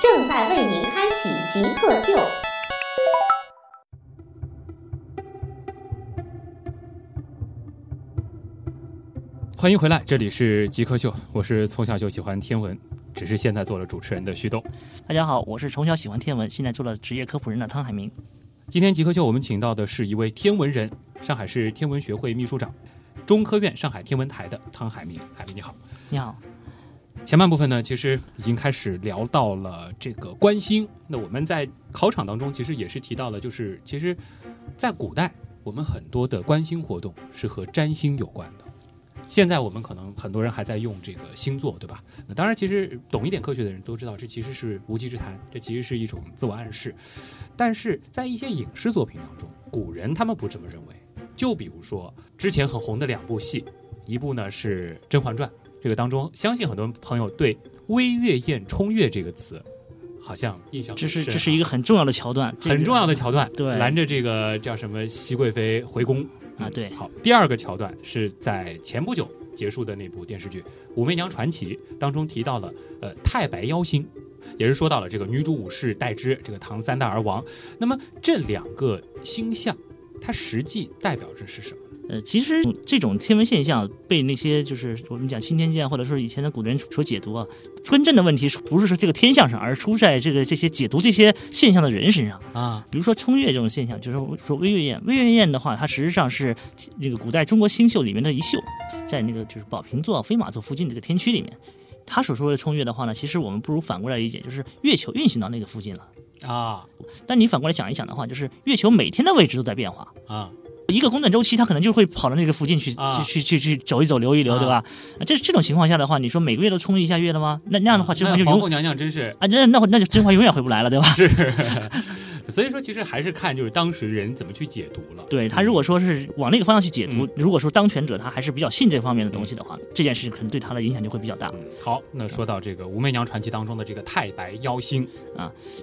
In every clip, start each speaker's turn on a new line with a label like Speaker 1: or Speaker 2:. Speaker 1: 正在为您开启极客秀。
Speaker 2: 欢迎回来，这里是极客秀，我是从小就喜欢天文，只是现在做了主持人的旭东。
Speaker 3: 大家好，我是从小喜欢天文，现在做了职业科普人的汤海明。
Speaker 2: 今天极客秀我们请到的是一位天文人，上海市天文学会秘书长，中科院上海天文台的汤海明。海明你好。
Speaker 3: 你好，
Speaker 2: 前半部分呢，其实已经开始聊到了这个观星。那我们在考场当中，其实也是提到了，就是其实，在古代，我们很多的观星活动是和占星有关的。现在我们可能很多人还在用这个星座，对吧？那当然，其实懂一点科学的人都知道，这其实是无稽之谈，这其实是一种自我暗示。但是在一些影视作品当中，古人他们不这么认为。就比如说之前很红的两部戏，一部呢是《甄嬛传》，这个当中，相信很多朋友对“微月宴冲月”这个词好像印象很
Speaker 3: 这是
Speaker 2: 深
Speaker 3: 这是
Speaker 2: 啊
Speaker 3: 一个很重要的桥段，这个
Speaker 2: 很重要的桥段，
Speaker 3: 对
Speaker 2: 拦着这个叫什么熹贵妃回宫嗯
Speaker 3: 啊对
Speaker 2: 好，第二个桥段是在前不久结束的那部电视剧《武媚娘传奇》当中提到了，呃，太白妖星，也是说到了这个女主武士代之，这个唐三代而亡。那么这两个星象，它实际代表着是什么？
Speaker 3: 呃，其实这种天文现象被那些就是我们讲新天象，或者说以前的古人所解读啊，真正的问题是不是说这个天象上，而出在这个这些解读这些现象的人身上。
Speaker 2: 啊，
Speaker 3: 比如说冲月这种现象，就是说说微月宴，微月宴的话，它实际上是那个古代中国星宿里面的一宿，在那个就是宝瓶座、飞马座附近这个天区里面。他所说的冲月的话呢，其实我们不如反过来理解，就是月球运行到那个附近了。
Speaker 2: 啊
Speaker 3: 但你反过来想一想的话，就是月球每天的位置都在变化，
Speaker 2: 啊
Speaker 3: 一个公转周期，它可能就会跑到那个附近去，
Speaker 2: 啊
Speaker 3: 去去去去走一走、留一留，
Speaker 2: 啊
Speaker 3: 对吧？这这种情况下的话，你说每个月都冲一下月的吗？那那样的话，甄嬛就
Speaker 2: 皇
Speaker 3: 永
Speaker 2: 后娘娘真是
Speaker 3: 啊，那那那就甄嬛永远回不来了，对吧？
Speaker 2: 是，所以说其实还是看就是当时人怎么去解读了。
Speaker 3: 对他如果说是往那个方向去解
Speaker 2: 嗯
Speaker 3: 读，如果说当权者他还是比较信这方面的东西的话，这件事情可能对他的影响就会比较大。
Speaker 2: 嗯好，那说到这个《武媚娘传奇》当中的这个太白妖星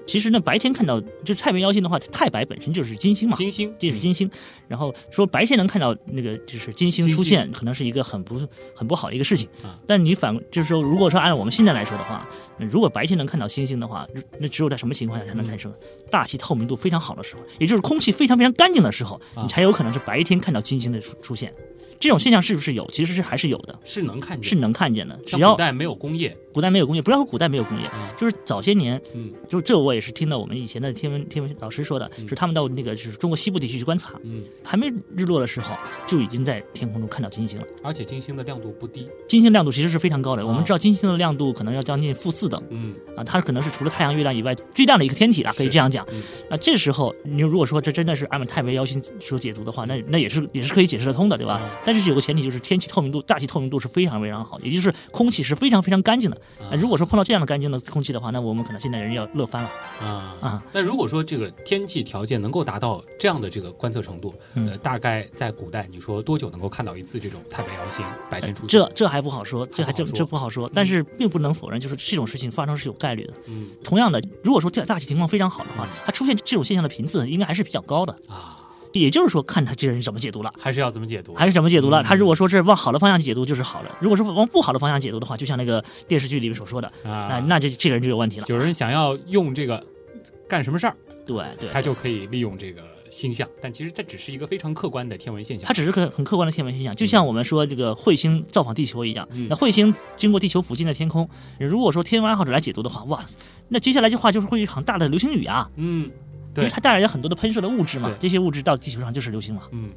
Speaker 3: 其实呢，白天看到就是太白妖星的话，太白本身就是金星嘛。
Speaker 2: 金星，
Speaker 3: 这是金星，然后说白天能看到那个就是金星出现，可能是一个很不很不好的一个事情
Speaker 2: 啊。
Speaker 3: 但你反就是说，如果说按照我们现在来说的话，嗯如果白天能看到星星的话，那那只有在什么情况下才能产生？大气透明度非常好的时候，也就是空气非常非常干净的时候，
Speaker 2: 啊
Speaker 3: 你才有可能是白天看到金星的出出现。这种现象是不是有？其实是还是有的，
Speaker 2: 是能看见，
Speaker 3: 是能看见的。只
Speaker 2: 嗯像古
Speaker 3: 要
Speaker 2: 代没有工业，
Speaker 3: 古代没有工业，不要说古代没有工业
Speaker 2: 嗯，
Speaker 3: 就是早些年，
Speaker 2: 嗯
Speaker 3: 就这我也是听到我们以前的天文天文老师说的，是他们到那个就是中国西部地区去观察，
Speaker 2: 嗯，
Speaker 3: 还没日落的时候就已经在天空中看到金星了。
Speaker 2: 而且金星的亮度不低，
Speaker 3: 金星亮度其实是非常高的，我
Speaker 2: 啊
Speaker 3: 们知道金星的亮度可能要将近负四等
Speaker 2: 嗯，
Speaker 3: 啊，它可能是除了太阳、月亮以外最亮的一个天体了，可以
Speaker 2: 是
Speaker 3: 这样讲
Speaker 2: 嗯。
Speaker 3: 那这时候你如果说这真的是按照太白妖星所解读的话，那那也是也是可以解释得通的，对吧
Speaker 2: 啊？
Speaker 3: 但是有个前提就是天气透明度、大气透明度是非常非常好，也就是空气是非常非常干净
Speaker 2: 嗯
Speaker 3: 的。
Speaker 2: 啊
Speaker 3: 那啊如果说碰到这样的干净的空气的话，那我们可能现代人要乐翻了。
Speaker 2: 啊，
Speaker 3: 啊，
Speaker 2: 那如果说这个天气条件能够达到这样的这个观测程度，
Speaker 3: 嗯
Speaker 2: 呃，大概在古代，你说多久能够看到一次这种太白瑶星白天出现？
Speaker 3: 这这还不好说，这还这
Speaker 2: 嗯还不好说
Speaker 3: 这不好说。但是并不能否认，就是这种事情发生是有概率的。
Speaker 2: 嗯
Speaker 3: 同样的，如果说大大气情况非常好的话
Speaker 2: 嗯，
Speaker 3: 它出现这种现象的频次应该还是比较高的。
Speaker 2: 啊，
Speaker 3: 也就是说，看他这个人怎么解读了，
Speaker 2: 还是要怎么解读？
Speaker 3: 还是怎么解读了。
Speaker 2: 嗯
Speaker 3: 他如果说是往好的方向解读，就是好的；如果是往不好的方向解读的话，就像那个电视剧里面所说的，那
Speaker 2: 啊，
Speaker 3: 那这这个人就有问题了。
Speaker 2: 有人想要用这个干什么事儿，
Speaker 3: 对对，
Speaker 2: 他就可以利用这个星象，但其实这只是一个非常客观的天文现象
Speaker 3: 它。只是个很客观的天文现象，就像我们说这个彗星造访地球一样。
Speaker 2: 嗯
Speaker 3: 那彗星经过地球附近的天空，如果说天文爱好者来解读的话，哇，那接下来这话就是会有一场大的流星雨啊，
Speaker 2: 嗯，
Speaker 3: 因
Speaker 2: 对
Speaker 3: 为它带来了很多的喷射的物质嘛
Speaker 2: 对，
Speaker 3: 这些物质到地球上就是流星嘛。
Speaker 2: 嗯。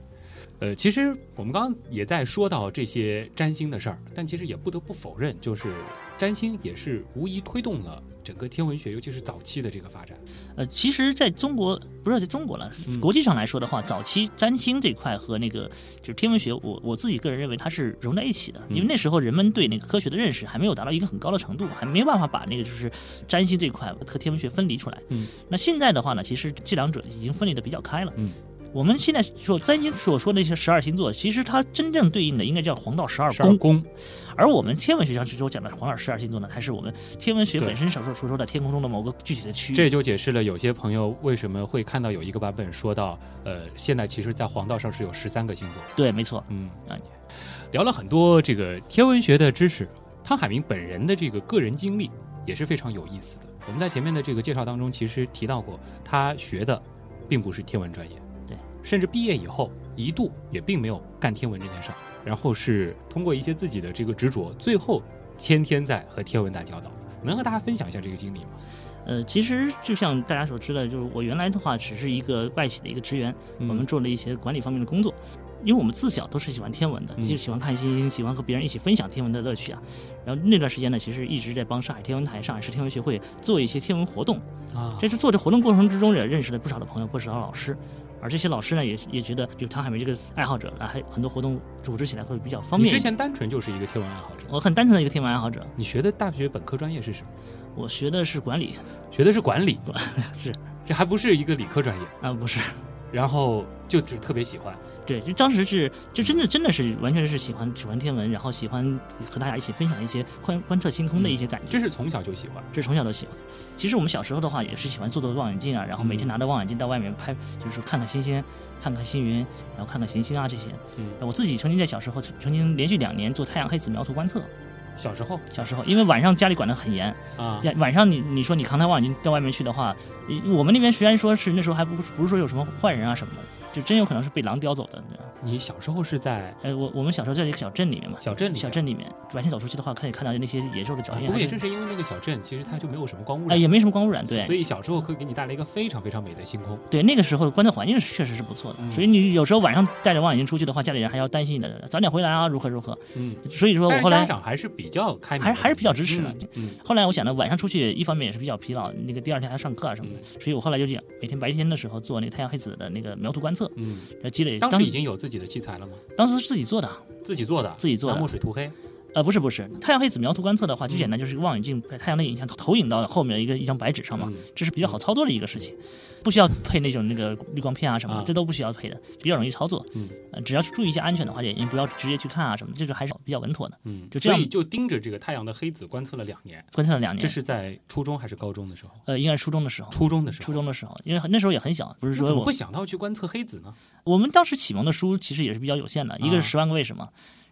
Speaker 2: 呃，其实我们刚刚也在说到这些占星的事儿，但其实也不得不否认，就是占星也是无疑推动了整个天文学，尤其是早期的这个发展。
Speaker 3: 呃，其实在中国不是在中国了
Speaker 2: 嗯，
Speaker 3: 国际上来说的话，早期占星这块和那个就是天文学，我我自己个人认为它是融在一起的，
Speaker 2: 嗯
Speaker 3: 因为那时候人们对那个科学的认识还没有达到一个很高的程度，还没有办法把那个就是占星这块和天文学分离出来。
Speaker 2: 嗯，
Speaker 3: 那现在的话呢，其实这两者已经分离的比较开了。
Speaker 2: 嗯。
Speaker 3: 我们现在说占星所说的那些十二星座，其实它真正对应的应该叫黄道十二
Speaker 2: 十二
Speaker 3: 宫，嗯
Speaker 2: 宫，
Speaker 3: 而我们天文学上所讲的黄道十二星座呢，它是我们天文学
Speaker 2: 对
Speaker 3: 本身所说所说的天空中的某个具体的区域。
Speaker 2: 这也就解释了有些朋友为什么会看到有一个版本说到，呃，现在其实，在黄道上是有十三个星座。
Speaker 3: 对，没错。
Speaker 2: 嗯
Speaker 3: 啊，
Speaker 2: 聊了很多这个天文学的知识，汤海明本人的这个个人经历也是非常有意思的。我们在前面的这个介绍当中，其实提到过，他学的并不是天文专业，
Speaker 3: 对，
Speaker 2: 甚至毕业以后一度也并没有干天文这件事儿，然后是通过一些自己的这个执着，最后天天在和天文打交道。能和大家分享一下这个经历吗？
Speaker 3: 呃，其实就像大家所知的，就是我原来的话只是一个外企的一个职员，
Speaker 2: 嗯
Speaker 3: 我们做了一些管理方面的工作。因为我们自小都是喜欢天文的，
Speaker 2: 嗯
Speaker 3: 就喜欢看星星，喜欢和别人一起分享天文的乐趣啊。然后那段时间呢，其实一直在帮上海天文台、上海市天文学会做一些天文活动。
Speaker 2: 啊，
Speaker 3: 在这做这活动过程之中，也认识了不少的朋友，不少的老师。而这些老师呢，也也觉得有唐海梅这个爱好者啊，还很多活动组织起来会比较方
Speaker 2: 你
Speaker 3: 便。
Speaker 2: 之前单纯就是一个天文爱好者，
Speaker 3: 我很单纯的一个天文爱好者，
Speaker 2: 你学的大学本科专业是什么？
Speaker 3: 我学的是管理
Speaker 2: 学的是管理，
Speaker 3: 是
Speaker 2: 这还不是一个理科专业。
Speaker 3: 啊，不是。
Speaker 2: 然后就只特别喜欢。
Speaker 3: 对，就当时是就真的真的是完全是喜欢喜欢天文，然后喜欢和大家一起分享一些观观测星空的一些感觉，
Speaker 2: 这是从小嗯就喜欢。
Speaker 3: 这是从小都喜欢。其实我们小时候的话也是喜欢做做望远镜啊，然后每
Speaker 2: 嗯
Speaker 3: 天拿着望远镜到外面拍，就是说看看星星，看看星云，然后看看行星啊这些。
Speaker 2: 嗯
Speaker 3: 我自己曾经在小时候曾曾经连续两年做太阳黑子描图观测，
Speaker 2: 小时候
Speaker 3: 小时候因为晚上家里管得很严，
Speaker 2: 啊，
Speaker 3: 在晚上你你说你扛台望远镜到外面去的话，你我们那边虽然说是那时候还不不是说有什么坏人啊什么的，就真有可能是被狼叼走的。你知道吗
Speaker 2: 你小时候是在
Speaker 3: 呃，我我们小时候在一个小镇里面嘛，
Speaker 2: 小镇里，
Speaker 3: 小镇里面，晚上走出去的话，可以看到那些野兽的脚
Speaker 2: 啊。不
Speaker 3: 印。
Speaker 2: 过
Speaker 3: 还
Speaker 2: 也
Speaker 3: 是
Speaker 2: 正是因为那个小镇，其实它就没有什么光污
Speaker 3: 呃
Speaker 2: 染，
Speaker 3: 也没什么光污染，
Speaker 2: 所
Speaker 3: 对
Speaker 2: 以小时候会给你带来一个非常非常美的星空。
Speaker 3: 对，那个时候观测环境是确实是不错
Speaker 2: 嗯
Speaker 3: 的，所以你有时候晚上带着望远镜出去的话，家里人还要担心你的，早点回来啊，如何如何。
Speaker 2: 嗯，
Speaker 3: 所以说我
Speaker 2: 但
Speaker 3: 后
Speaker 2: 是家
Speaker 3: 来
Speaker 2: 长还是比较开明的，
Speaker 3: 还还是比较支持的
Speaker 2: 嗯嗯，
Speaker 3: 后来我想呢，晚上出去一方面也是比较疲劳，那个第二天还要上课啊什么的，
Speaker 2: 嗯
Speaker 3: 所以我后来就这样，每天白天的时候做那个太阳黑子的那个描图观测，
Speaker 2: 嗯，
Speaker 3: 然后积累。
Speaker 2: 当
Speaker 3: 当
Speaker 2: 时已经有自己的器材了吗？
Speaker 3: 当时是自己做的，
Speaker 2: 自己做的，
Speaker 3: 自己做的
Speaker 2: 拿墨水涂黑。
Speaker 3: 呃，不是不是，太阳黑子描图观测的话，最简单就是望远镜把呃太阳的影像投影到后面的一个一张白纸上嘛
Speaker 2: 嗯，
Speaker 3: 这是比较好操作的一个事情，不需要配那种那个滤光片啊什么
Speaker 2: 啊
Speaker 3: 的，这都不需要配的，比较容易操作。
Speaker 2: 嗯
Speaker 3: 呃，只要注意一下安全的话，也也不要直接去看啊什么的，这个还是比较稳妥的。
Speaker 2: 嗯，
Speaker 3: 就这样
Speaker 2: 所以就盯着这个太阳的黑子观测了两年。
Speaker 3: 观测了两年，
Speaker 2: 这是在初中还是高中的时候？
Speaker 3: 呃，应该是初中的时候。
Speaker 2: 初中的时候。
Speaker 3: 初中的时候，因为很那时候也很小，不是
Speaker 2: 那
Speaker 3: 说
Speaker 2: 怎么
Speaker 3: 我
Speaker 2: 会想到去观测黑子呢？
Speaker 3: 我们当时启蒙的书其实也是比较有限的，一个
Speaker 2: 啊
Speaker 3: 是《十万个为什么》，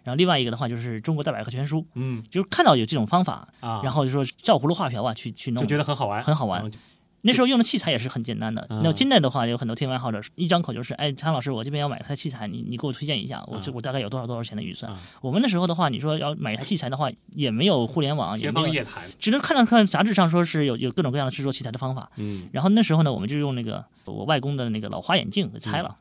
Speaker 3: 然后另外一个的话就是《中国大百科全书》，
Speaker 2: 嗯
Speaker 3: 就是看到有这种方法，
Speaker 2: 啊，
Speaker 3: 然后就说照葫芦画瓢啊去去弄，
Speaker 2: 就觉得很好玩，
Speaker 3: 很好玩
Speaker 2: 然后就
Speaker 3: 那时候用的器材也是很简单的。
Speaker 2: 嗯
Speaker 3: 那现在的话，有很多天文爱好者一张口就是，哎，张老师，我这边要买台器材，你你给我推荐一下，我这
Speaker 2: 嗯
Speaker 3: 我大概有多少多少钱的预算
Speaker 2: 嗯？
Speaker 3: 我们那时候的话，你说要买一台器材的话，也没有互联网，也
Speaker 2: 天
Speaker 3: 没
Speaker 2: 方
Speaker 3: 有，
Speaker 2: 夜谭。
Speaker 3: 只能看到看杂志上说是有有各种各样的制作器材的方法。
Speaker 2: 嗯，
Speaker 3: 然后那时候呢，我们就用那个我外公的那个老花眼镜给拆了，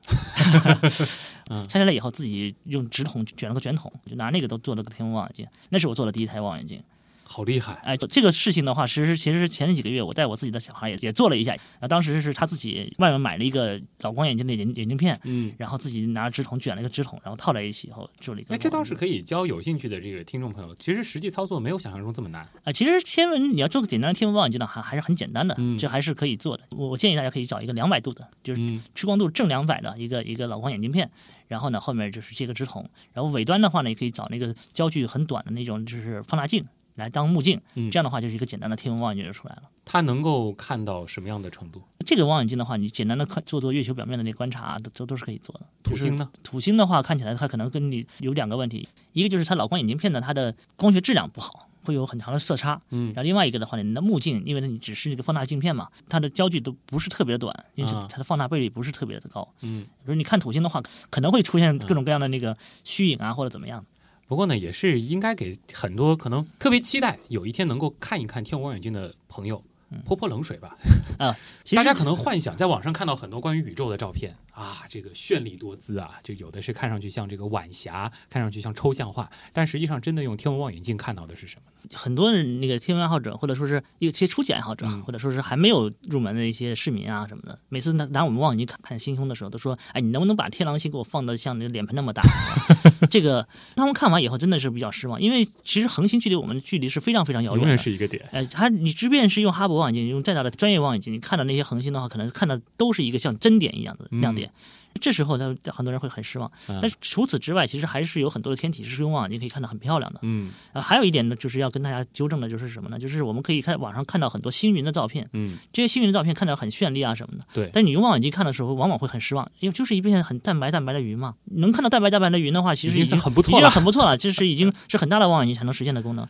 Speaker 2: 嗯
Speaker 3: 拆下来以后自己用纸筒卷了个卷筒，就拿那个都做了个天文望远镜。那是我做的第一台望远镜。
Speaker 2: 好厉害。
Speaker 3: 哎，这个事情的话，其实其实是前几个月我带我自己的小孩也也做了一下，那当时是他自己外面买了一个老光眼镜的眼眼镜片，
Speaker 2: 嗯，
Speaker 3: 然后自己拿纸筒卷了一个纸筒，然后套在一起以后做了一个
Speaker 2: 哎，
Speaker 3: 网。
Speaker 2: 这倒是可以教有兴趣的这个听众朋友。其实实际操作没有想象中这么难。
Speaker 3: 啊、其实天文你要做个简单的天文望远镜呢，还还是很简单的，
Speaker 2: 嗯
Speaker 3: 这还是可以做的。我我建议大家可以找一个两百度的，就是
Speaker 2: 嗯
Speaker 3: 屈光度正两百的一个一个老光眼镜片，然后呢后面就是接个直筒，然后尾端的话呢也可以找那个焦距很短的那种就是放大镜来当目镜，
Speaker 2: 嗯
Speaker 3: 这样的话就是一个简单的天文望远镜就出来了。
Speaker 2: 它能够看到什么样的程度？
Speaker 3: 这个望远镜的话，你简单的看做做月球表面的那观察，都都都是可以做的。
Speaker 2: 土星呢？
Speaker 3: 土星的话，看起来它可能跟你有两个问题，一个就是它老光眼镜片呢，它的光学质量不好，会有很长的色差。
Speaker 2: 嗯
Speaker 3: 然后另外一个的话呢，你的目镜，因为你只是一个放大镜片嘛，它的焦距都不是特别的短，因为
Speaker 2: 啊
Speaker 3: 它的放大倍率不是特别的高。
Speaker 2: 嗯。
Speaker 3: 比如你看土星的话，可能会出现各种各样的那个虚影啊，或者怎么样。
Speaker 2: 不过呢，也是应该给很多可能特别期待有一天能够看一看天文望远镜的
Speaker 3: 嗯
Speaker 2: 朋友泼泼冷水吧。
Speaker 3: 其实
Speaker 2: 大家可能幻想在网上看到很多关于宇宙的照片啊，这个绚丽多姿啊，就有的是看上去像这个晚霞，看上去像抽象画，但实际上真的用天文望远镜看到的是什么呢？
Speaker 3: 很多人那个天文爱好者，或者说是一些初级爱好者，啊
Speaker 2: 嗯
Speaker 3: 或者说是还没有入门的一些市民啊什么的，每次拿拿我们望远镜看看星空的时候，都说：“哎，你能不能把天狼星给我放到像你的脸盆 那么大？”这个他们看完以后真的是比较失望，因为其实恒星距离我们的距离是非常非常遥
Speaker 2: 嗯永
Speaker 3: 远
Speaker 2: 远
Speaker 3: 的。
Speaker 2: 是一个点。
Speaker 3: 呃，它你即便是用哈勃望远镜，用再大的专业望远镜，你看到那些恒星的话，可能看到都是一个像真点一样的亮点。这时候，他很多人会很失望。
Speaker 2: 嗯
Speaker 3: 但是除此之外，其实还是有很多的天体是用望远镜可以看到很漂亮的。
Speaker 2: 嗯
Speaker 3: 啊，还有一点呢，就是要跟大家纠正的，就是什么呢？就是我们可以看网上看到很多星云的照片，
Speaker 2: 嗯，
Speaker 3: 这些星云的照片看起来很绚丽啊什么的。
Speaker 2: 对，
Speaker 3: 但你用望远镜看的时候，往往会很失望，因为就是一片很淡白淡白的云嘛。能看到淡白淡白的云的话，其实
Speaker 2: 已经
Speaker 3: 已
Speaker 2: 是
Speaker 3: 经
Speaker 2: 很不错
Speaker 3: 已经
Speaker 2: 了嗯
Speaker 3: 是很不错了，这是已经是很大的望远镜才能实现的功能。对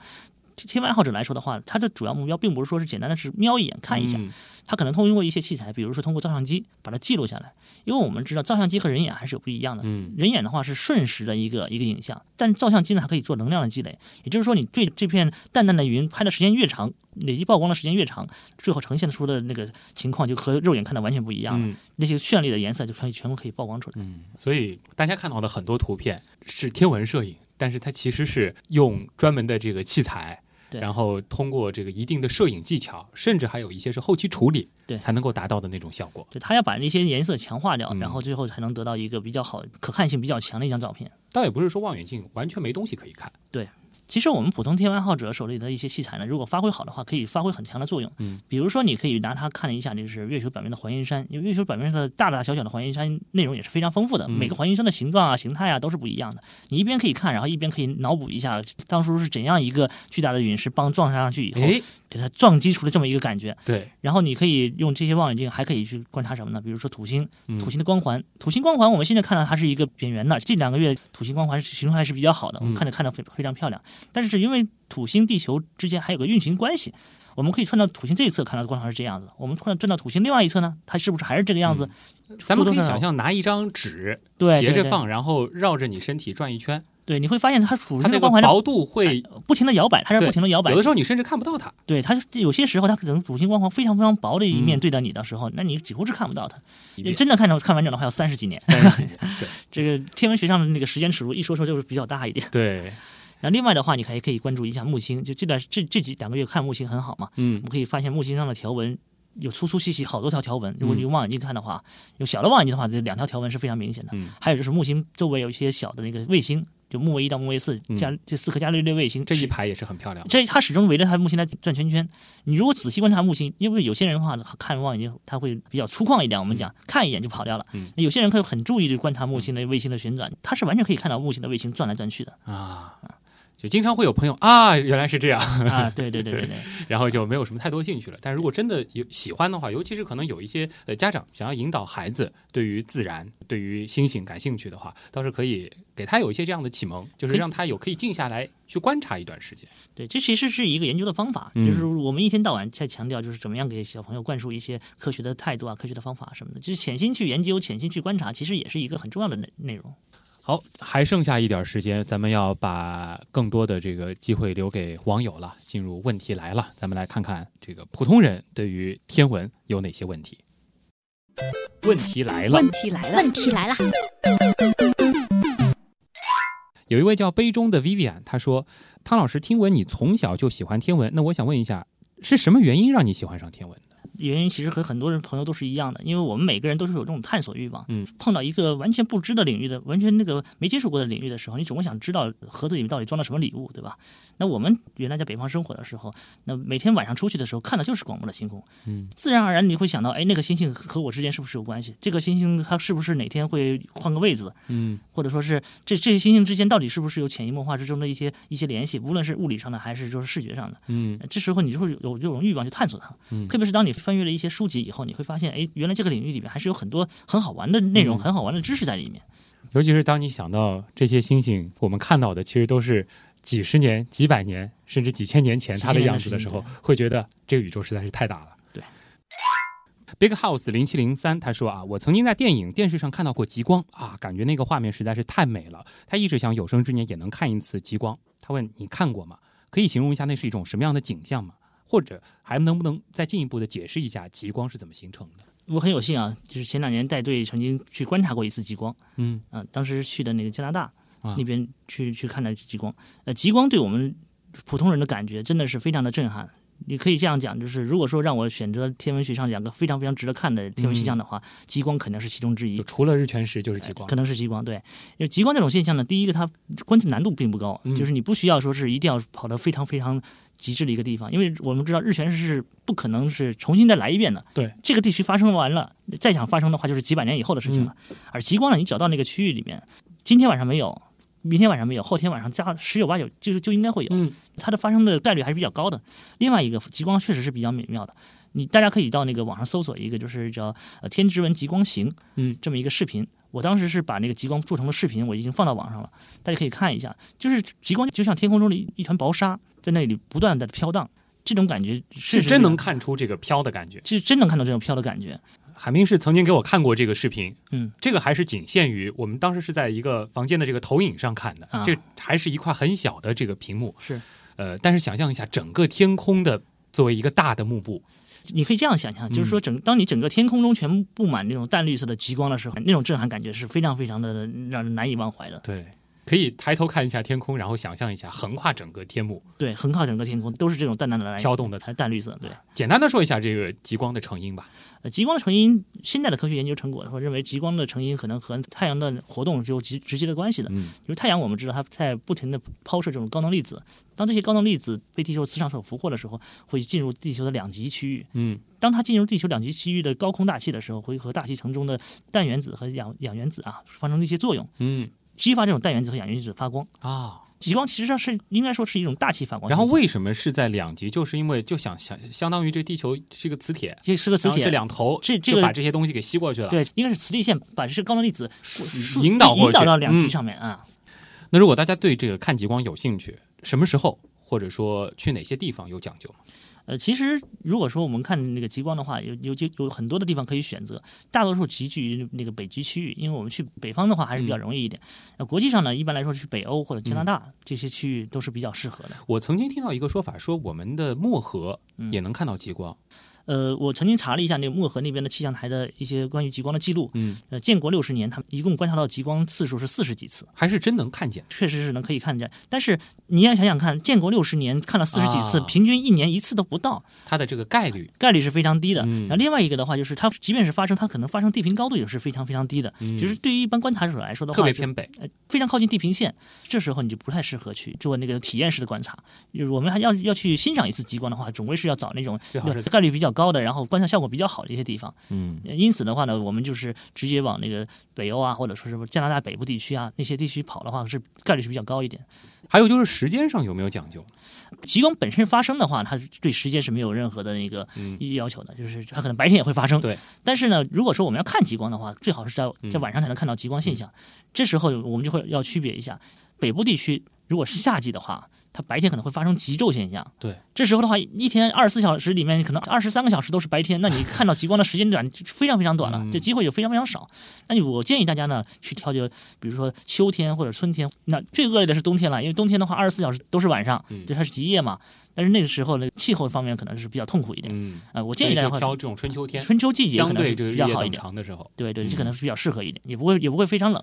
Speaker 3: 天文爱好者来说的话，它的主要目标并不是说是简单的是瞄一眼看一下，
Speaker 2: 嗯
Speaker 3: 它可能通过一些器材，比如说通过照相机把它记录下来，因为我们知道照相机和人眼还是有不一样的。
Speaker 2: 嗯
Speaker 3: 人眼的话是瞬时的一个一个影像，但照相机呢还可以做能量的积累，也就是说你对这片淡淡的云拍的时间越长，累积曝光的时间越长，最后呈现出的那个情况就和肉眼看的完全不一样了。
Speaker 2: 嗯
Speaker 3: 那些绚丽的颜色就可以全部可以曝光出来。
Speaker 2: 嗯，所以大家看到的很多图片是天文摄影，但是它其实是用专门的这个器材。
Speaker 3: 对
Speaker 2: 然后通过这个一定的摄影技巧，甚至还有一些是后期处理，
Speaker 3: 对
Speaker 2: 才能够达到的那种效果。
Speaker 3: 对，它要把那些颜色强化掉，
Speaker 2: 嗯
Speaker 3: 然后最后才能得到一个比较好、可看性比较强的一张照片。
Speaker 2: 倒也不是说望远镜完全没东西可以看，
Speaker 3: 其实我们普通天文爱好者手里的一些器材呢，如果发挥好的话，可以发挥很强的作用。
Speaker 2: 嗯，
Speaker 3: 比如说你可以拿它看一下，就是月球表面的环形山，因为月球表面上的大大小小的环形山内容也是非常丰富的，
Speaker 2: 嗯
Speaker 3: 每个环形山的形状啊、形态啊都是不一样的。你一边可以看，然后一边可以脑补一下当初是怎样一个巨大的陨石帮撞上去以后，
Speaker 2: 哎，
Speaker 3: 给它撞击出了这么一个感觉。
Speaker 2: 对，
Speaker 3: 然后你可以用这些望远镜，还可以去观察什么呢？比如说土星，
Speaker 2: 嗯
Speaker 3: 土星的光环，土星光环我们现在看到它是一个扁圆的，这两个月土星光环形状还是比较好
Speaker 2: 嗯
Speaker 3: 的，我们看着看着非非常漂亮。但是因为土星地球之间还有个运行关系，我们可以转到土星这一侧看到的光环是这样子，我们突然转到土星另外一侧呢，它是不是还是这个样
Speaker 2: 嗯
Speaker 3: 子？
Speaker 2: 咱们可以
Speaker 3: 多多少少
Speaker 2: 想象拿一张纸
Speaker 3: 对
Speaker 2: 斜
Speaker 3: 对
Speaker 2: 着
Speaker 3: 对
Speaker 2: 放，然后绕着你身体转一圈，
Speaker 3: 对，你会发现它土
Speaker 2: 它那
Speaker 3: 星的哎
Speaker 2: 个
Speaker 3: 光环上
Speaker 2: 薄度会，
Speaker 3: 不停的摇摆，它是
Speaker 2: 对
Speaker 3: 不停的摇摆
Speaker 2: 有的。时候你甚至看不到它。
Speaker 3: 对，它是有些时候它可能土星光环非常非常薄的一面
Speaker 2: 嗯
Speaker 3: 对到你的时候，那你几乎是看不到它。
Speaker 2: 一遍
Speaker 3: 真的看着看完整的话要三十几年。
Speaker 2: 三十几年 对
Speaker 3: 这个天文学上的那个时间尺度一说说就是比较大一点。
Speaker 2: 对，
Speaker 3: 然后另外的话，你还可以关注一下木星，就这段这这几两个月看木星很好嘛，我
Speaker 2: 嗯
Speaker 3: 们可以发现木星上的条纹有粗粗细细好多条条纹。如果
Speaker 2: 嗯
Speaker 3: 你用望远镜看的话，有小的望远镜的话，这两条条纹是非常明显的。
Speaker 2: 嗯，
Speaker 3: 还有就是木星周围有一些小的那个卫星，就木卫一到木卫四
Speaker 2: 嗯
Speaker 3: 加这四颗伽利略卫星，
Speaker 2: 这一排也是很漂亮的。
Speaker 3: 这它始终围着它木星来转圈圈。你如果仔细观察木星，因为有些人的话看望远镜，他会比较粗犷一点，我们讲看一眼就跑掉了。
Speaker 2: 嗯
Speaker 3: 那有些人会很注意的观察木星的卫星的旋转，他是完全可以看到木星的卫星转来转 去的
Speaker 2: 啊，就经常会有朋友啊，原来是这样，
Speaker 3: 啊！对对对对对，
Speaker 2: 然后就没有什么太多兴趣了。但如果真的有喜欢的话，尤其是可能有一些呃家长想要引导孩子对于自然、对于星星感兴趣的话，倒是可以给他有一些这样的启蒙，就是
Speaker 3: 可以
Speaker 2: 让他有可以静下来去观察一段时间。
Speaker 3: 对，这其实是一个研究的方法，
Speaker 2: 嗯
Speaker 3: 就是我们一天到晚在强调，就是怎么样给小朋友灌输一些科学的态度啊、科学的方法什么的，就是潜心去研究、潜心去观察，其实也是一个很重要的内内容。
Speaker 2: 好，还剩下一点时间，咱们要把更多的这个机会留给网友了。进入问题来了，咱们来看看这个普通人对于天文有哪些问题。问题来了，
Speaker 4: 问题来了，
Speaker 1: 问题来了，
Speaker 2: 有一位叫杯中的 Vivian，他说：“汤老师，听闻你从小就喜欢天文，那我想问一下，是什么原因让你喜欢上天文的？
Speaker 3: 原因其实和很多人朋友都是一样的，因为我们每个人都是有这种探索欲望。
Speaker 2: 嗯，
Speaker 3: 碰到一个完全不知的领域的、完全那个没接触过的领域的时候，你总会想知道盒子里面到底装了什么礼物，对吧？那我们原来在北方生活的时候，那每天晚上出去的时候看的就是广漠的星空，
Speaker 2: 嗯，
Speaker 3: 自然而然你会想到，哎，那个星星和我之间是不是有关系？这个星星它是不是哪天会换个位置？
Speaker 2: 嗯
Speaker 3: 或者说是这这些星星之间到底是不是有潜移默化之中的一些一些联系？无论是物理上的还是就是视觉上的，
Speaker 2: 嗯
Speaker 3: 这时候你就会有有这种欲望去探索它。
Speaker 2: 嗯
Speaker 3: 特别是当你翻阅了一些书籍以后，你会发现，哎，原来这个领域里面还是有很多很好玩的内容、
Speaker 2: 嗯
Speaker 3: 很好玩的知识在里面。
Speaker 2: 尤其是当你想到这些星星，我们看到的其实都是几十年、几百年，甚至几千年前
Speaker 3: 几千
Speaker 2: 它的
Speaker 3: 年的
Speaker 2: 样子的时
Speaker 3: 事情
Speaker 2: 候，会觉得这个宇宙实在是太大了。
Speaker 3: 对。
Speaker 2: Big House 零七零三他说啊，我曾经在电影、电视上看到过极光啊，感觉那个画面实在是太美了。他一直想有生之年也能看一次极光。他问你看过吗？可以形容一下那是一种什么样的景象吗？或者还能不能再进一步的解释一下极光是怎么形成的？
Speaker 3: 我很有幸啊，就是前两年带队曾经去观察过一次极光，
Speaker 2: 嗯
Speaker 3: 啊、当时去的那个加拿大
Speaker 2: 啊
Speaker 3: 那边去去看了极光，呃，极光对我们普通人的感觉真的是非常的震撼。你可以这样讲，就是如果说让我选择天文学上两个非常非常值得看的天文
Speaker 2: 嗯
Speaker 3: 现象的话，极光肯定是其中之一
Speaker 2: 就。除了日全食就是极光
Speaker 3: 可能是极光，对，因为极光这种现象呢，第一个它观测难度并不高，
Speaker 2: 嗯
Speaker 3: 就是你不需要说是一定要跑到非常非常极致的一个地方，因为我们知道日全食是不可能是重新再来一遍的，
Speaker 2: 对，
Speaker 3: 这个地区发生完了，再想发生的话就是几百年以后的事情了。
Speaker 2: 嗯
Speaker 3: 而极光呢，你找到那个区域里面，今天晚上没有，明天晚上没有，后天晚上加十有八九就就应该会有，
Speaker 2: 嗯
Speaker 3: 它的发生的概率还是比较高的。另外一个极光确实是比较美妙的。你大家可以到那个网上搜索一个，就是叫呃天之纹极光行，
Speaker 2: 嗯，
Speaker 3: 这么一个视频。我当时是把那个极光做成了视频，我已经放到网上了，大家可以看一下。就是极光就像天空中的一一团薄纱，在那里不断的飘荡，这种感觉
Speaker 2: 是
Speaker 3: 是
Speaker 2: 真能，看出这个飘的感觉。
Speaker 3: 是真能看到这种飘的感觉。
Speaker 2: 海明是曾经给我看过这个视频，
Speaker 3: 嗯，
Speaker 2: 这个还是仅限于我们当时是在一个房间的这个投影上看的，
Speaker 3: 啊
Speaker 2: 这还是一块很小的这个屏幕，
Speaker 3: 是，
Speaker 2: 呃，但是想象一下整个天空的作为一个大的幕布，
Speaker 3: 你可以这样想象，
Speaker 2: 嗯
Speaker 3: 就是说整当你整个天空中全部布满那种淡绿色的极光的时候，那种震撼感觉是非常非常的让人难以忘怀的。
Speaker 2: 对，可以抬头看一下天空，然后想象一下横跨整个天幕
Speaker 3: 对，横跨整个天空都是这种淡淡的蓝，
Speaker 2: 飘动的。
Speaker 3: 还淡绿色。对，
Speaker 2: 简单的说一下这个极光的成因吧。
Speaker 3: 呃，极光的成因，现在的科学研究成果的话，认为极光的成因可能和太阳的活动是有直直接的关系的。
Speaker 2: 嗯，
Speaker 3: 因为太阳我们知道它在不停的抛射这种高能粒子，当这些高能粒子被地球磁场所俘获的时候，会进入地球的两极区域。
Speaker 2: 嗯，
Speaker 3: 当它进入地球两极区域的高空大气的时候，会和大气层中的氮原子和氧氧原子啊发生一些作用，
Speaker 2: 嗯
Speaker 3: 激发这种氮原子和氧原子发光。
Speaker 2: 啊，
Speaker 3: 极光其实上是应该说是一种大气发光
Speaker 2: 然
Speaker 3: 现
Speaker 2: 后
Speaker 3: 象，
Speaker 2: 为什么是在两极？就是因为就想想相当于这地球是个磁铁，
Speaker 3: 这是个磁
Speaker 2: 然后这
Speaker 3: 铁。
Speaker 2: 两头
Speaker 3: 这这
Speaker 2: 就
Speaker 3: 个
Speaker 2: 把这些东西给吸过去了。
Speaker 3: 对，应该是磁力线把这些高能粒子
Speaker 2: 是引导过去
Speaker 3: 引导到两极
Speaker 2: 嗯
Speaker 3: 上面啊。
Speaker 2: 那如果大家对这个看极光有兴趣，什么时候或者说去哪些地方有讲究吗？
Speaker 3: 呃，其实如果说我们看那个极光的话，有有就有很多的地方可以选择，大多数集聚于那个北极区域，因为我们去北方的话还是
Speaker 2: 嗯
Speaker 3: 比较容易一点。呃，国际上呢，一般来说去北欧或者加拿大、这些区域都是比较适合的。
Speaker 2: 我曾经听到一个说法，说我们的漠河
Speaker 3: 嗯
Speaker 2: 也能看到极光。
Speaker 3: 呃，我曾经查了一下那个漠河那边的气象台的一些关于极光的记录，
Speaker 2: 嗯，
Speaker 3: 呃，建国六十年，他们一共观察到极光次数是四十几次，
Speaker 2: 还是真能看见。
Speaker 3: 确实是能可以看见。但是你要想想看，建国六十年看了四十几次，
Speaker 2: 啊
Speaker 3: 平均一年一次都不到，
Speaker 2: 它的这个概率，
Speaker 3: 概率是非常低的。
Speaker 2: 嗯
Speaker 3: 然后另外一个的话，就是它即便是发生，它可能发生地平高度也是非常非常低的。
Speaker 2: 嗯
Speaker 3: 就是对于一般观察者来说的话，
Speaker 2: 特别
Speaker 3: 就
Speaker 2: 偏北。
Speaker 3: 呃非常靠近地平线，这时候你就不太适合去做那个体验式的观察。就是我们还要要去欣赏一次极光的话，总归是要找那种
Speaker 2: 最好是
Speaker 3: 概率比较高的，然后观察效果比较好的一些地方。
Speaker 2: 嗯，
Speaker 3: 呃因此的话呢，我们就是直接往那个北欧啊，或者说什么加拿大北部地区啊那些地区跑的话，是概率是比较高一点。
Speaker 2: 还有就是时间上有没有讲究？
Speaker 3: 极光本身发生的话，它是对时间是没有任何的那个
Speaker 2: 嗯
Speaker 3: 要求的，就是它可能白天也会发生。
Speaker 2: 对，
Speaker 3: 但是呢，如果说我们要看极光的话，最好是在在晚上才能看到极光现象。
Speaker 2: 嗯
Speaker 3: 这时候我们就会要区别一下，北部地区如果是夏季的话，它白天可能会发生极昼现象。
Speaker 2: 对，
Speaker 3: 这时候的话，一天二十四小时里面可能二十三个小时都是白天，那 你看到极光的时间短非常非常短了
Speaker 2: 嗯，
Speaker 3: 这机会就非常非常少。那你我建议大家呢去挑就比如说秋天或者春天，那最恶劣的是冬天了，因为冬天的话二十四小时都是晚上
Speaker 2: 嗯，
Speaker 3: 对，它是极夜嘛。但是那个时候呢，气候方面可能是比较痛苦一点。
Speaker 2: 嗯，
Speaker 3: 呃，我
Speaker 2: 所
Speaker 3: 建
Speaker 2: 以
Speaker 3: 议大
Speaker 2: 就
Speaker 3: 家
Speaker 2: 挑这种春秋天，
Speaker 3: 春秋季节
Speaker 2: 相
Speaker 3: 可能
Speaker 2: 对
Speaker 3: 是
Speaker 2: 这个日
Speaker 3: 比
Speaker 2: 夜
Speaker 3: 较好一
Speaker 2: 等
Speaker 3: 点。
Speaker 2: 长的时候。
Speaker 3: 对对，
Speaker 2: 嗯
Speaker 3: 这可能是比较适合一点，也不会也不会非常冷。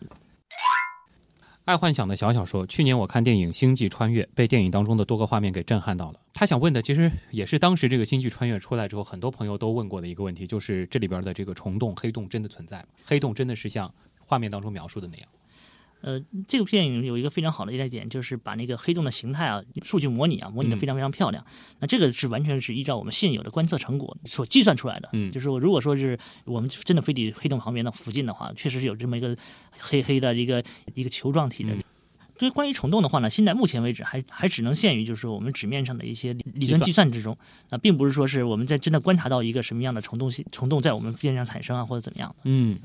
Speaker 2: 爱幻想的小小说，去年我看电影《星际穿越》，被电影当中的多个画面给震撼到了。他想问的其实也是当时这个《星际穿越》出来之后，很多朋友都问过的一个问题，就是这里边的这个虫洞、黑洞真的存在吗？黑洞真的是像画面当中描述的那样？
Speaker 3: 呃，这个电影有一个非常好的一个点，就是把那个黑洞的形态啊，数据模拟啊，
Speaker 2: 嗯
Speaker 3: 模拟的非常非常漂亮。那这个是完全是依照我们现有的观测成果所计算出来的。
Speaker 2: 嗯
Speaker 3: 就是说如果说是我们真的飞抵黑洞旁边的附近的话，确实是有这么一个黑黑的一个一个球状体的。
Speaker 2: 嗯
Speaker 3: 对于关于虫洞的话呢，现在目前为止还还只能限于就是我们纸面上的一些理理
Speaker 2: 计
Speaker 3: 论
Speaker 2: 算
Speaker 3: 计算之中，那、并不是说是我们在真的观察到一个什么样的虫洞系虫洞在我们边上产生啊或者怎么样的。
Speaker 2: 嗯。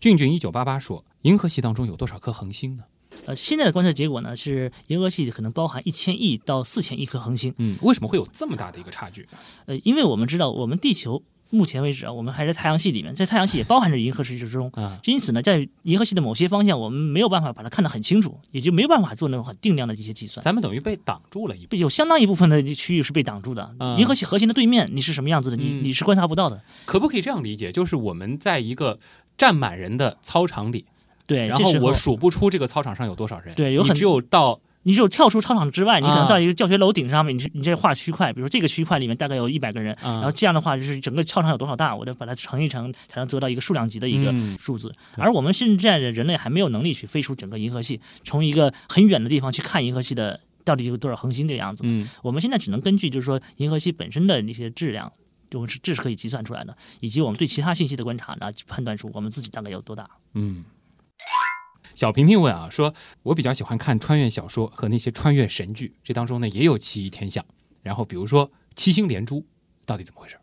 Speaker 2: 俊俊一九八八说：“银河系当中有多少颗恒星呢？
Speaker 3: 呃，现在的观测结果呢是银河系可能包含一千亿到四千亿颗恒星。
Speaker 2: 嗯，为什么会有这么大的一个差距？
Speaker 3: 呃，因为我们知道我们地球目前为止啊，我们还在太阳系里面，在太阳系也包含着银河系之中。
Speaker 2: 啊，
Speaker 3: 因此呢，在银河系的某些方向，我们没有办法把它看得很清楚，也就没有办法做那种很定量的一些计算。
Speaker 2: 咱们等于被挡住了一步，
Speaker 3: 有相当一部分的区域是被挡住的
Speaker 2: 嗯，
Speaker 3: 银河系核心的对面，你是什么样子的，你
Speaker 2: 嗯
Speaker 3: 你是观察不到的。
Speaker 2: 可不可以这样理解？就是我们在一个站满人的操场里，
Speaker 3: 对，
Speaker 2: 然
Speaker 3: 这
Speaker 2: 后
Speaker 3: 时候
Speaker 2: 我数不哎出这个操场上有多少人，
Speaker 3: 对有
Speaker 2: 你
Speaker 3: 很
Speaker 2: 只有到
Speaker 3: 你只有跳出操场之外，你可
Speaker 2: 啊
Speaker 3: 能到一个教学楼顶上面，你是你这画区块，比如说这个区块里面大概有一百个人，
Speaker 2: 啊
Speaker 3: 然后这样的话就是整个操场有多少大，我就把它乘一乘，才能得到一个数量级的一个
Speaker 2: 嗯
Speaker 3: 数字。
Speaker 2: 对
Speaker 3: 而我们现在的人类还没有能力去飞出整个银河系，从一个很远的地方去看银河系的到底有多少恒星这个样子。
Speaker 2: 嗯
Speaker 3: 我们现在只能根据就是说银河系本身的那些质量。我们是这是可以计算出来的，以及我们对其他信息的观察呢，去判断出我们自己大概有多大。
Speaker 2: 嗯。小平平问啊，说我比较喜欢看穿越小说和那些穿越神剧，这当中呢也有奇异天象，然后比如说七星连珠到底怎么回事？呃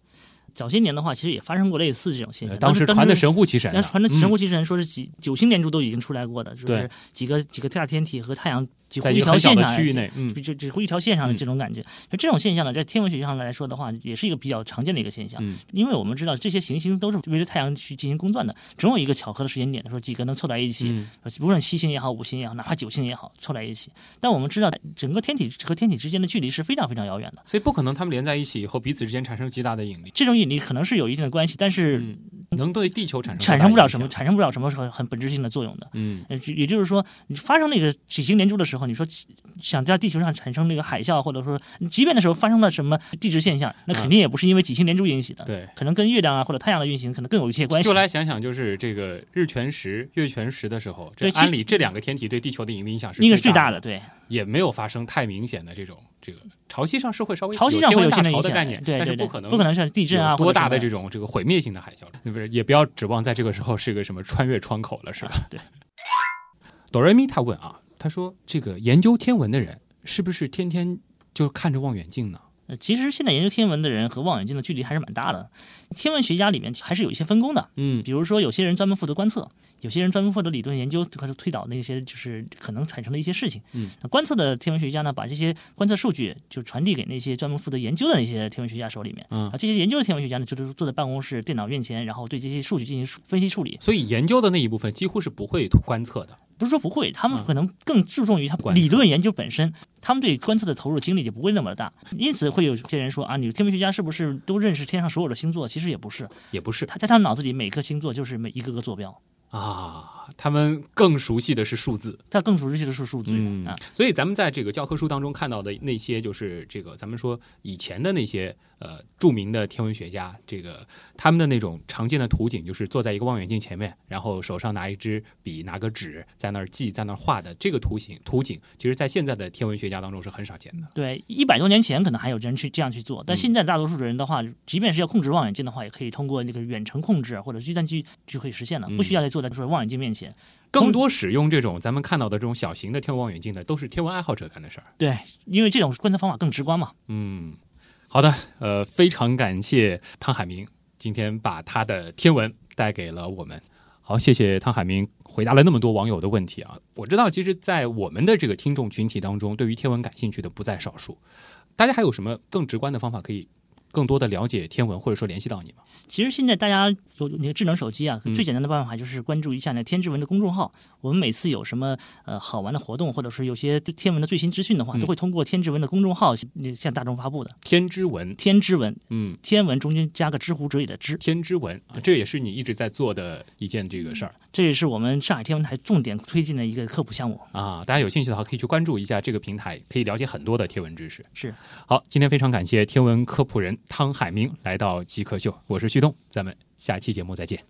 Speaker 3: 早些年的话，其实也发生过类似这种现象。
Speaker 2: 当时传的神乎其神啊，
Speaker 3: 但传的神
Speaker 2: 嗯
Speaker 3: 乎其神，说是几九星连珠都已经出来过的，就
Speaker 2: 对
Speaker 3: 是几个几个大天体和太阳几乎
Speaker 2: 嗯在一
Speaker 3: 一
Speaker 2: 个
Speaker 3: 条
Speaker 2: 很小
Speaker 3: 线
Speaker 2: 的
Speaker 3: 上来
Speaker 2: 区域内，嗯
Speaker 3: 就就几乎一条线上的
Speaker 2: 嗯
Speaker 3: 这种感觉。就这种现象呢，在天文学上来说的话，也是一个比较常见的一个现象。
Speaker 2: 嗯
Speaker 3: 因为我们知道这些行星都是围着太阳去进行公转的，总有一个巧合的时间点，说几个能凑在一起，
Speaker 2: 嗯
Speaker 3: 无论七星也好，五星也好，哪怕九星也好，凑在一起。但我们知道，整个天体和天体之间的距离是非常非常遥远的。
Speaker 2: 所以不可能他们连在一起以后彼此之间产生极大的引力，
Speaker 3: 这种引力可能是有一定的关系，但是
Speaker 2: 嗯，能对地球产生
Speaker 3: 产生不了什
Speaker 2: 多
Speaker 3: 么，
Speaker 2: 大
Speaker 3: 产生不了什么很很本质性的作用的。
Speaker 2: 影响，嗯
Speaker 3: 呃，就也就是说，你发生那个几星连珠的时候，你说起想在地球上产生那个海啸，或者说即便的时候发生了什么地质现象，那肯定也不是因为几星连珠引起的，
Speaker 2: 嗯对。
Speaker 3: 可能跟月亮啊或者太阳的运行可能更有一些关系
Speaker 2: 就。来想想，就是这个日全食、月全食的时候，这
Speaker 3: 对其实
Speaker 2: 按理这两个天体对地球的引力影响是
Speaker 3: 那个是最大
Speaker 2: 的，
Speaker 3: 的，对，
Speaker 2: 也没有发生太明显的这种这个潮汐上是会稍微
Speaker 3: 潮汐上会有
Speaker 2: 有
Speaker 3: 些
Speaker 2: 天文大
Speaker 3: 的影
Speaker 2: 潮
Speaker 3: 响
Speaker 2: 的概念，
Speaker 3: 对
Speaker 2: 但
Speaker 3: 对
Speaker 2: 是
Speaker 3: 对，
Speaker 2: 可能
Speaker 3: 不可能像地震啊，
Speaker 2: 有多大的这
Speaker 3: 种，
Speaker 2: 种这个毁灭性的海啸，不是也不要指望在这个时候是个什么穿越窗口了，是吧？
Speaker 3: 对。
Speaker 2: 哆瑞咪他问啊，他说这个研究天文的人是不是天天就看着望远镜呢？
Speaker 3: 呃其实现在研究天文的人和望远镜的距离还是蛮大的，天文学家里面还是有一些分工的，
Speaker 2: 嗯
Speaker 3: 比如说有些人专门负责观测，有些人专门负责理论研究和推导那些就是可能产生的一些事情。
Speaker 2: 嗯，
Speaker 3: 观测的天文学家呢，把这些观测数据就传递给那些专门负责研究的那些天文学家手里面。
Speaker 2: 嗯
Speaker 3: 啊，这些研究的天文学家呢，就是坐在办公室电脑面前，然后对这些数据进行数分析处理。
Speaker 2: 所以研究的那一部分几乎是不会观测的。
Speaker 3: 不是说不会，他们
Speaker 2: 嗯
Speaker 3: 可能更注重于他
Speaker 2: 观测
Speaker 3: 们理论研究本身，他们对观测的投入精力也不会那么大。因此会有些人说啊，你天文学家是不是都认识天上所有的星座？其实也不是，
Speaker 2: 也不是
Speaker 3: 他在他们脑子里每颗星座就是每一个个坐标，
Speaker 2: 啊，他们更熟悉的是数字，
Speaker 3: 他更熟悉的是数据、啊。
Speaker 2: 所以咱们在这个教科书当中看到的那些，就是这个咱们说以前的那些呃著名的天文学家，这个他们的那种常见的图景，就是坐在一个望远镜前面，然后手上拿一支笔，拿个纸，在那儿记，在那儿画的这个图形图景，其实在现在的天文学家当中是很少见的。
Speaker 3: 对，一百多年前可能还有人去这样去做，但
Speaker 2: 嗯
Speaker 3: 现在大多数的人的话，即便是要控制望远镜的话，也可以通过那个远程控制或者计算机就可以实现了，
Speaker 2: 嗯
Speaker 3: 不需要再坐在说望远镜面前。
Speaker 2: 更多使用这种咱们看到的这种小型的天文望远镜的，都是天文爱好者干的事儿。
Speaker 3: 对，因为这种观测方法更直观嘛。
Speaker 2: 嗯，好的，呃，非常感谢汤海明今天把他的天文带给了我们。好，谢谢汤海明回答了那么多网友的问题啊！我知道，其实，在我们的这个听众群体当中，对于天文感兴趣的不在少数。大家还有什么更直观的方法可以更多的了解天文，或者说联系到你吗？
Speaker 3: 其实现在大家有有那个智能手机啊，
Speaker 2: 嗯
Speaker 3: 最简单的办法就是关注一下那天之文的公众号。我们每次有什么呃好玩的活动，或者是有些天文的最新资讯的话，
Speaker 2: 嗯
Speaker 3: 都会通过天之文的公众号向大众发布的。
Speaker 2: 天之文，
Speaker 3: 天之文，
Speaker 2: 嗯，
Speaker 3: 天文中间加个知乎者也的知。
Speaker 2: 天之文，啊这也是你一直在做的一件这个事儿。
Speaker 3: 这也是我们上海天文台重点推进的一个科普项目。
Speaker 2: 啊，大家有兴趣的话可以去关注一下这个平台，可以了解很多的天文知识。
Speaker 3: 是，
Speaker 2: 好，今天非常感谢天文科普人汤海明来到极客秀，我是旭东，咱们下期节目再见。